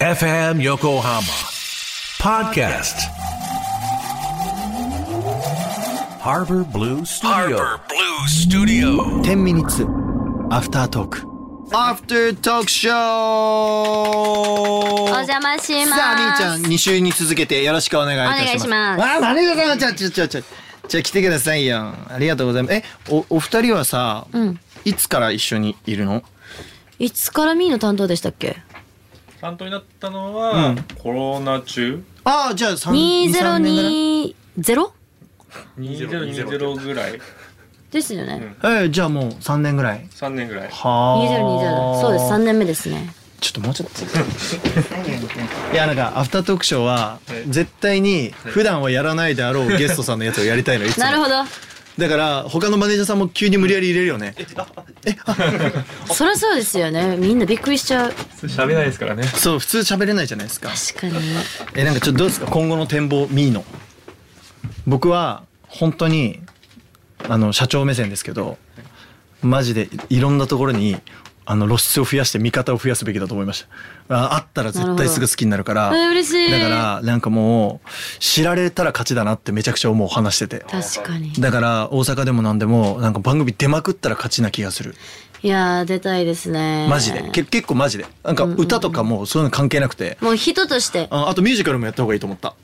FM Yokohama Podcast Harbor Blue Studio Harbor Blue Studio. 10ミニッツアフタートークアフタートークショーお邪魔します。さあみーちゃんお2週に続けてよろしくお願いいたしますお願いしますあマネージャーさんちょちょちょちょちょ来てくださいよありがとうございますえおお二人はさ、んいつから一緒にいるのいつからみーの担当でしたっけ担当になったのは、うんコロナ中ああじゃあ三二三年ぐらい ?2020? 2020ぐらいですよね。えー、じゃあもう三年ぐらい3年ぐらいは2020。そうです。3年目ですね。ちょっともうちょっと。 いやなんかアフタートークショーは絶対に普段はやらないであろうゲストさんのやつをやりたいのいつも。なるほど。だから他のマネージャーさんも急に無理やり入れるよね。そりゃそうですよね。みんなびっくりしちゃう。喋れないですからねそう普通喋れないじゃないですか。確かに。えなんかちょっとどうですか今後の展望ミーの。僕は本当にあの社長目線ですけど、マジでいろんなところに。あの露出を増やして味方を増やすべきだと思いましたああったら絶対すぐ好きになるからえー嬉しい。だからなんかもう知られたら勝ちだなってめちゃくちゃ思う話してて確かに。だから大阪でも何でもなんか番組出まくったら勝ちな気がするいやー、出たいですね。マジでけ結構マジでなんか歌とかもそういうの関係なくてもう人として。ああとミュージカルもやった方がいいと思った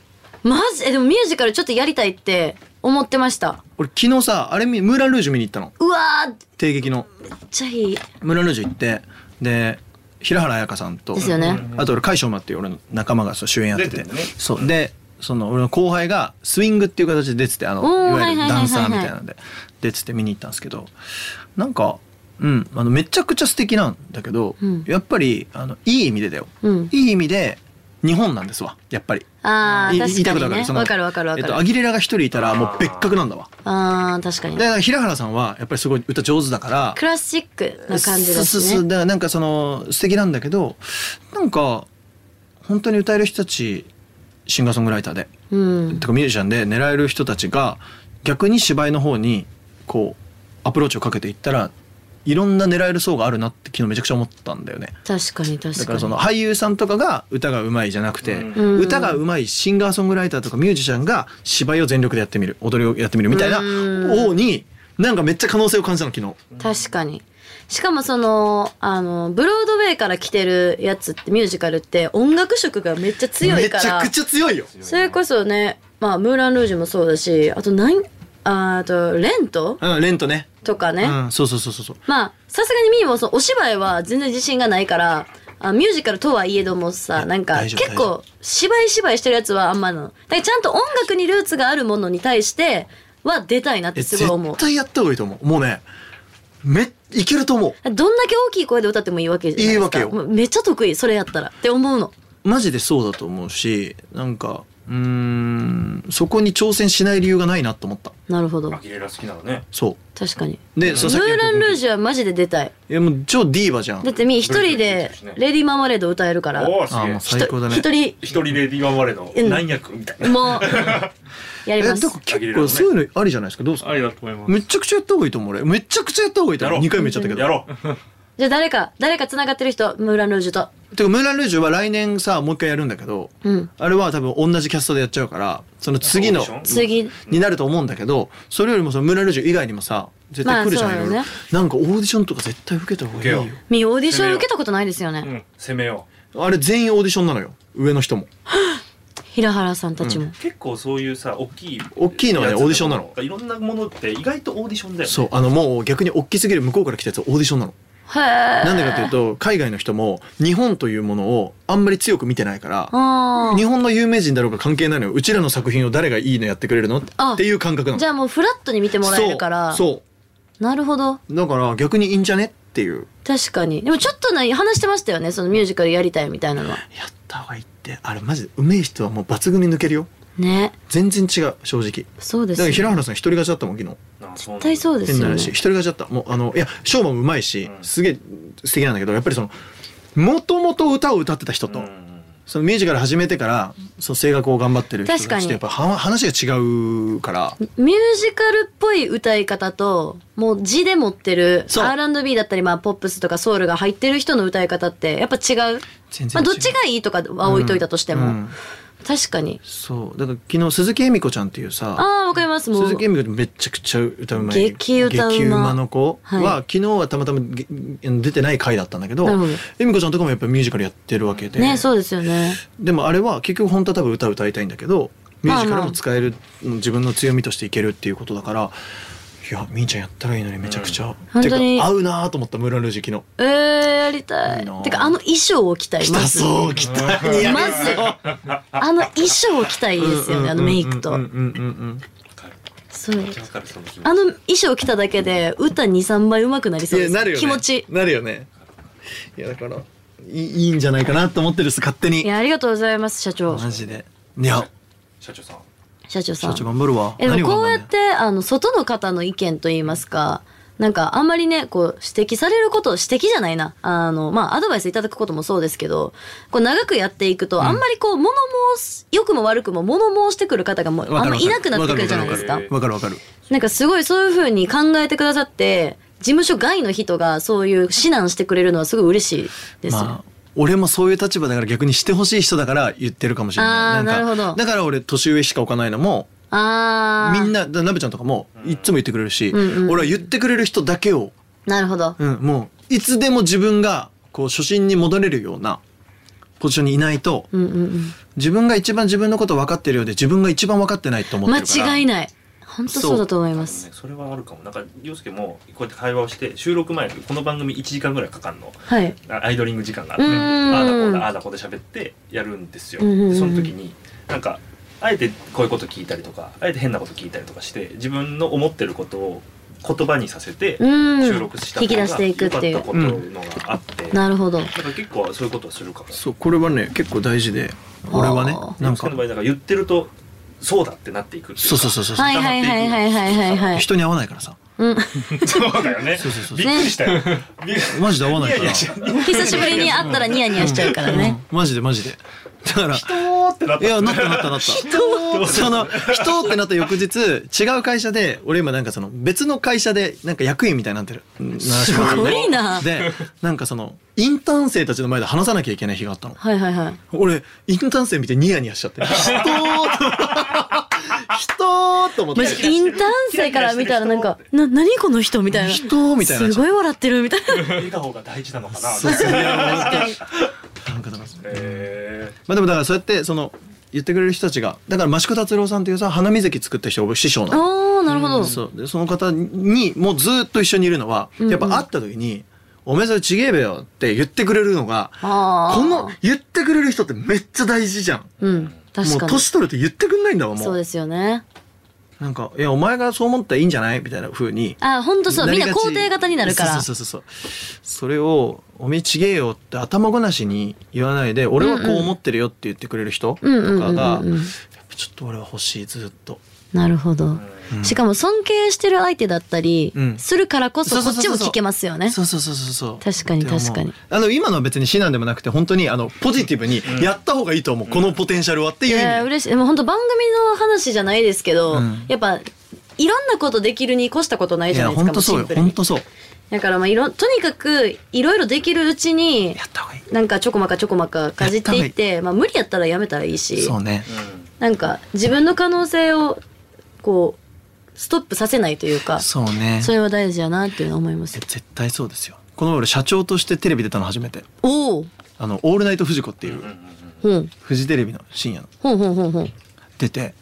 マジえ、でもミュージカルちょっとやりたいって思ってました。俺昨日さあれ見ムーラン・ルージュ見に行ったのうわー、めっ帝劇のちゃいい。ムーラン・ルージュ行ってで平原綾香さんとですよねあと俺海翔馬っていう俺の仲間がそう主演やってて出てんねそうでその俺の後輩がスイングっていう形で出ててあのおーいわゆるはいはいはいはいはいダンサーみたいなんで出てて見に行ったんですけどなんか、うん、あのめちゃくちゃ素敵なんだけど、うんやっぱりあのいい意味でだよ、うんいい意味で日本なんですわやっぱり。あー、い言いたい確ことわかかにるね。そのわかるわかるわえかっると、。アギレラが一人いたらもう別格なんだわ。あー、確かにで。だから平原さんはやっぱりすごい歌上手だからクラシックな感じだそうそうしそうね。だからなんかその素敵なんだけどなんか本当に歌える人たちシンガーソングライターで、うんと。かミュージシャンで狙える人たちが逆に芝居の方にこうアプローチをかけていったらいろんな狙える層があるなって昨日めちゃくちゃ思ったんだよね。確かに確かに。だからその俳優さんとかが歌が上手いじゃなくて、ん歌が上手いシンガーソングライターとかミュージシャンが芝居を全力でやってみる踊りをやってみるみたいなうん方になんかめっちゃ可能性を感じたの昨日。確かに。しかもその、あの、ブロードウェイから来てるやつって、ミュージカルって音楽色がめっちゃ強いから。めちゃくちゃ強いよそれこそね、まあ、ムーラン・ルージュもそうだし、あと、なん、ああと、レントうんレントねとかね。うんそうそうそうそうそうまあ、さすがにミーもそう、お芝居は全然自信がないから、あミュージカルとはいえどもさ、なんか大丈夫結構芝居芝居してるやつはあんまなの。だからちゃんと音楽にルーツがあるものに対しては出たいなってえすごい思う絶。対やった方がいいと思うもうねめいけると思どんだけ大きい声で歌ってもいいわけじゃないですか。いいわけよもうめっちゃ得意、それやったら。って思うの。うマジでそうだと思うしなんかうーんそこに挑戦しない理由がないなと思ったなるほどア。キレラ好きなのねそ確かに。うでムそうさっきー言ったラン・ルージュはマジで出たい。いやもう超ディーバじゃんだってみー一人でブレイクできるしねレディー・マーマレード歌えるから。おおすあーげえもう一最高だね一人、人レディー・マン・マレーのうん何役みたい なもう、やえりだまかすら。結構そういうのありじゃないですかどうですかありだと思いますめちゃくちゃやった方がいいと思う俺めちゃくちゃやった方がいいとや思ろうう2回目言っちゃったけどやろうじゃあ誰か、誰か繋がってる人、ムーラン・ルージュと。てかムーラン・ルージュは来年さもう一回やるんだけど、うんあれは多分同じキャストでやっちゃうからその次のオーディション次、になると思うんだけどそれよりもそのムーラン・ルージュ以外にもさ絶対来るじゃん、まあいろいそうろだねなんかオーディションとか絶対受けた方がいいよ受けよみーオーディション受けたことないですようね。ん攻めよあれ全員オーディションなのよ上の人も平原さんたちも。う結構そういうさ大きい大きいのはねやつでオもーディションなのいろんなものって意外とオーディションだよねそうあのもう逆に大きすぎる向こうから来たやつはオーディションなのへえ。なんでかというと海外の人も日本というものをあんまり強く見てないからあ日本の有名人だろうが関係ないのようちらの作品を誰がいいのやってくれるのあっていう感覚なあ。のじゃあもうフラットに見てもらえるから。そうそうなるほど。だから逆にいいんじゃねっっていう確かにでもちょっとね話してましたよねそのミュージカルやりたいみたいなのはやった方がいいってあれマジで上手い人はもう抜群に抜けるよね全然違う正直そうでだかすらよね平原さん一人勝ちだったもん昨日絶対そうです変なよね話一人勝ちだったもうあのいや翔馬もうまいしうんすげえ素敵なんだけどやっぱりそのもともと歌を歌ってた人と、そのミュージカル始めてからその声楽を頑張ってる人確かたにちってやっぱは話が違うからミュージカルっぽい歌い方ともう字で持ってるそう R&B だったり、まあ、ポップスとかソウルが入ってる人の歌い方ってやっぱ違う全然違うまあ、どっちがいいとかは置いといたとしても、うんうん確かにそうだから昨日鈴木恵美子ちゃんっていうさああわかりますもう鈴木恵美子めちゃくちゃ歌うまい激歌うま激うまの子は、はい昨日はたまたまげ出てない回だったんだけどなるほど恵美子ちゃんとかもやっぱミュージカルやってるわけで、ねそうですよねでもあれは結局本当は多分歌歌いたいんだけどミュージカルまあまもあ使える、自分の強みとしていけるっていうことだからいやみーちゃんやったらいいのにめちゃくちゃ、うんてか本当に合うなーと思ったムーランルージュ昨日えー、やりたいいいなあてかあの衣装を着たい来またずそう来た似合いまずあの衣装を着たいですよねあのメイクうとんうんうんうんそうわかるその気持ちあの衣装着ただけで歌23倍上手くなりいそうでやすなるよね気持ちなるよねいやだからいいいいんじゃないかなと思ってるっす勝手いにやありがとうございます社長マジでいや社長さん社長さ社ん長頑張るわえでもこうやっ何がてあの外の方の意見といいますかなんかあんまりねこう指摘されること指摘じゃないなあのまあアドバイスいただくこともそうですけどこう長くやっていくとあんまりこう物申す良くも悪くも物申してくる方がもうあ頑張んるまいなくなってくるじゃないわでかするか。わかるわかるわかるなんかすごいそういう風に考えてくださって事務所外の人がそういう指南してくれるのはすごい嬉しいですね。まあ俺もそういう立場だから逆にしてほしい人だから言ってるかもしれないあーんかなるほどだから俺年上しか置かないのもあーみんなだなべちゃんとかもいっつも言ってくれるし、んうんうん俺は言ってくれる人だけを、なるほど。うん、もういつでも自分がこう初心に戻れるようなポジションにいないと、うんうん自分が一番自分のこと分かってるようで自分が一番分かってないと思うっん。間てるから違いない。本当そうだと思いますね。それはあるかもなんか凌介もこうやって会話をして収録前この番組1時間ぐらいかかんのはい。あアイドリング時間があっうてーんああだこうだああだこうだ喋ってやるんですようんうんうんでその時になんかあえてこういうこと聞いたりとかあえて変なこと聞いたりとかして自分の思ってることを言葉にさせてうん収録した方引き出してがいくっ良かっていうたことのがあってなんなるほど。か結構そういうことはするかもそうこれはね結構大事で俺はねあーななんんかかの場合だから言ってるとそうだってなっていくっていそうそううそうそう、はいはいはいはいはいはいはい。人に合わないからさうん、かそうだよねそうそうそうびっくりしたよびっマジで合わないからいやいや知ら久しぶりに会ったらニヤニヤしちゃうからね。マジでマジでだからってなっいたやなったなったなったその人ってなった翌日違う会社で俺今なんかその別の会社でなんか役員みたいになってるすすごいな。でなんかそのインターン生たちの前で話さなきゃいけない日があったのはいはいはい。俺インターン生見てニヤニヤしちゃ って人ーと人ーと思ってマジインターン生から見たらなんか、な、何この人みたいな。人みたいなすごい笑ってるみたいな。笑顔が大事なのかなそうそういやもう本当になんかだからえまあでもだからそうやってその言ってくれる人たちがだから益子達郎さんっていうさ花水木作った人が師匠なのああ、なるほど。そうでその方にもうずっと一緒にいるのは、やっぱ会った時に「おめえそれちげえべよ」って言ってくれるのがああ。この、言ってくれる人ってめっちゃ大事じゃんうん、確もかうに。年取ると言ってくんないんだわもそううですよね。なんか「いやお前がそう思ったらいいんじゃない?」みたいな風にあ、本当そう、みんなりがち肯定型になるから。そうそうそうそうそれを「おめえちげえよ」って頭ごなしに言わないで「俺はこう思ってるよ」って言ってくれる人とうんうんかがうんうんうんやっぱちょっと俺は欲しいずっと。なるほど。しかも尊敬してる相手だったりうんするからこそこそうっそうちそもうそう聞けますよね。そうそうそうそうそう確かにって思う確かにあの今のは別に指南でもなくて本当にあのポジティブにやった方がいいと思う、このポテンシャルはっていう意い味やで嬉しい。でも本当番組の話じゃないですけど、うんやっぱいろんなことできるに越したことないいじゃやないですか。本当そうもよシンプルに本当そうだからまあいろとにかくいろいろできるうちにやった方がいいなんかちょこまかちょこまかかじっていってまあ無理やったらやめたらいいし、そうねなんか自分の可能性をこうストップさせないというか、そうねそれは大事やなっていうのは思いますえ。絶対そうですよこの前俺社長としてテレビ出たの初めておお、あの「オールナイトフジコ」っていうほんフジテレビの深夜のほんほんほんほん。出て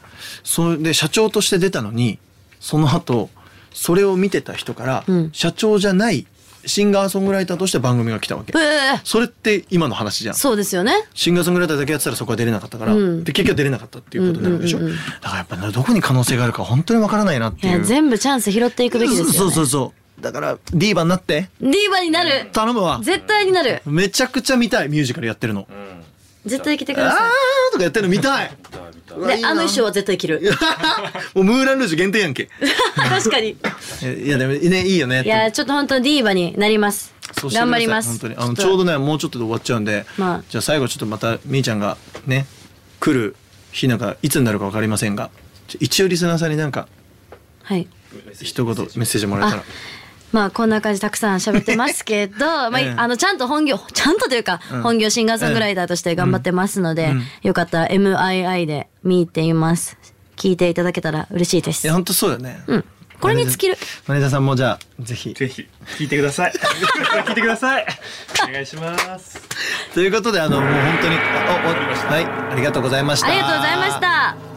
それで社長として出たのにその後それを見てた人から、うん社長じゃないシンガーソングライターとして番組が来たわけええそれって今の話じゃんそうですよね。シンガーソングライターだけやってたらそこは出れなかったから、うんで結局は出れなかったっていうことになるわけでしょ、うんうんうんうんだからやっぱねどこに可能性があるか本当にわからないなっていいうや全部チャンス拾っていくべきですよね。そうそうそうだからディーバになってディーバになる頼むわ絶対になるめちゃくちゃ見たいミュージカルやってるのうん絶対来てくだあさーとかやってるの見 たい見たい見たいーいわいいでなあの衣装は絶対着る もうムーランルージュ限定やんけ 確かに いやでもねいいよねいやーちょっと本当ディーバになりますそうしてください頑張ります本当にあのちちょょっうとどねもうちょっとで終わっちゃうんで、まあじゃあ最後ちょっとまたみーちゃんがね来る日なんかいつになるか分かりませんがちょ一応リスナーさんになんかはい一言メッセージもらえたらまあこんな感じたくさん喋ってますけど、 まあええあのちゃんと本業ちゃんとというか、うん本業シンガーソングライターとして頑張ってますので、よかったら MII で見ています聞いていただけたら嬉しいでいすやほんとそうよね、うんこれに尽きるマネージャーさんもじゃあぜひぜひ聞いてください 聞いてくださいお願いしますということであのもう本当にあおおはいありがとうございましたありがとうございました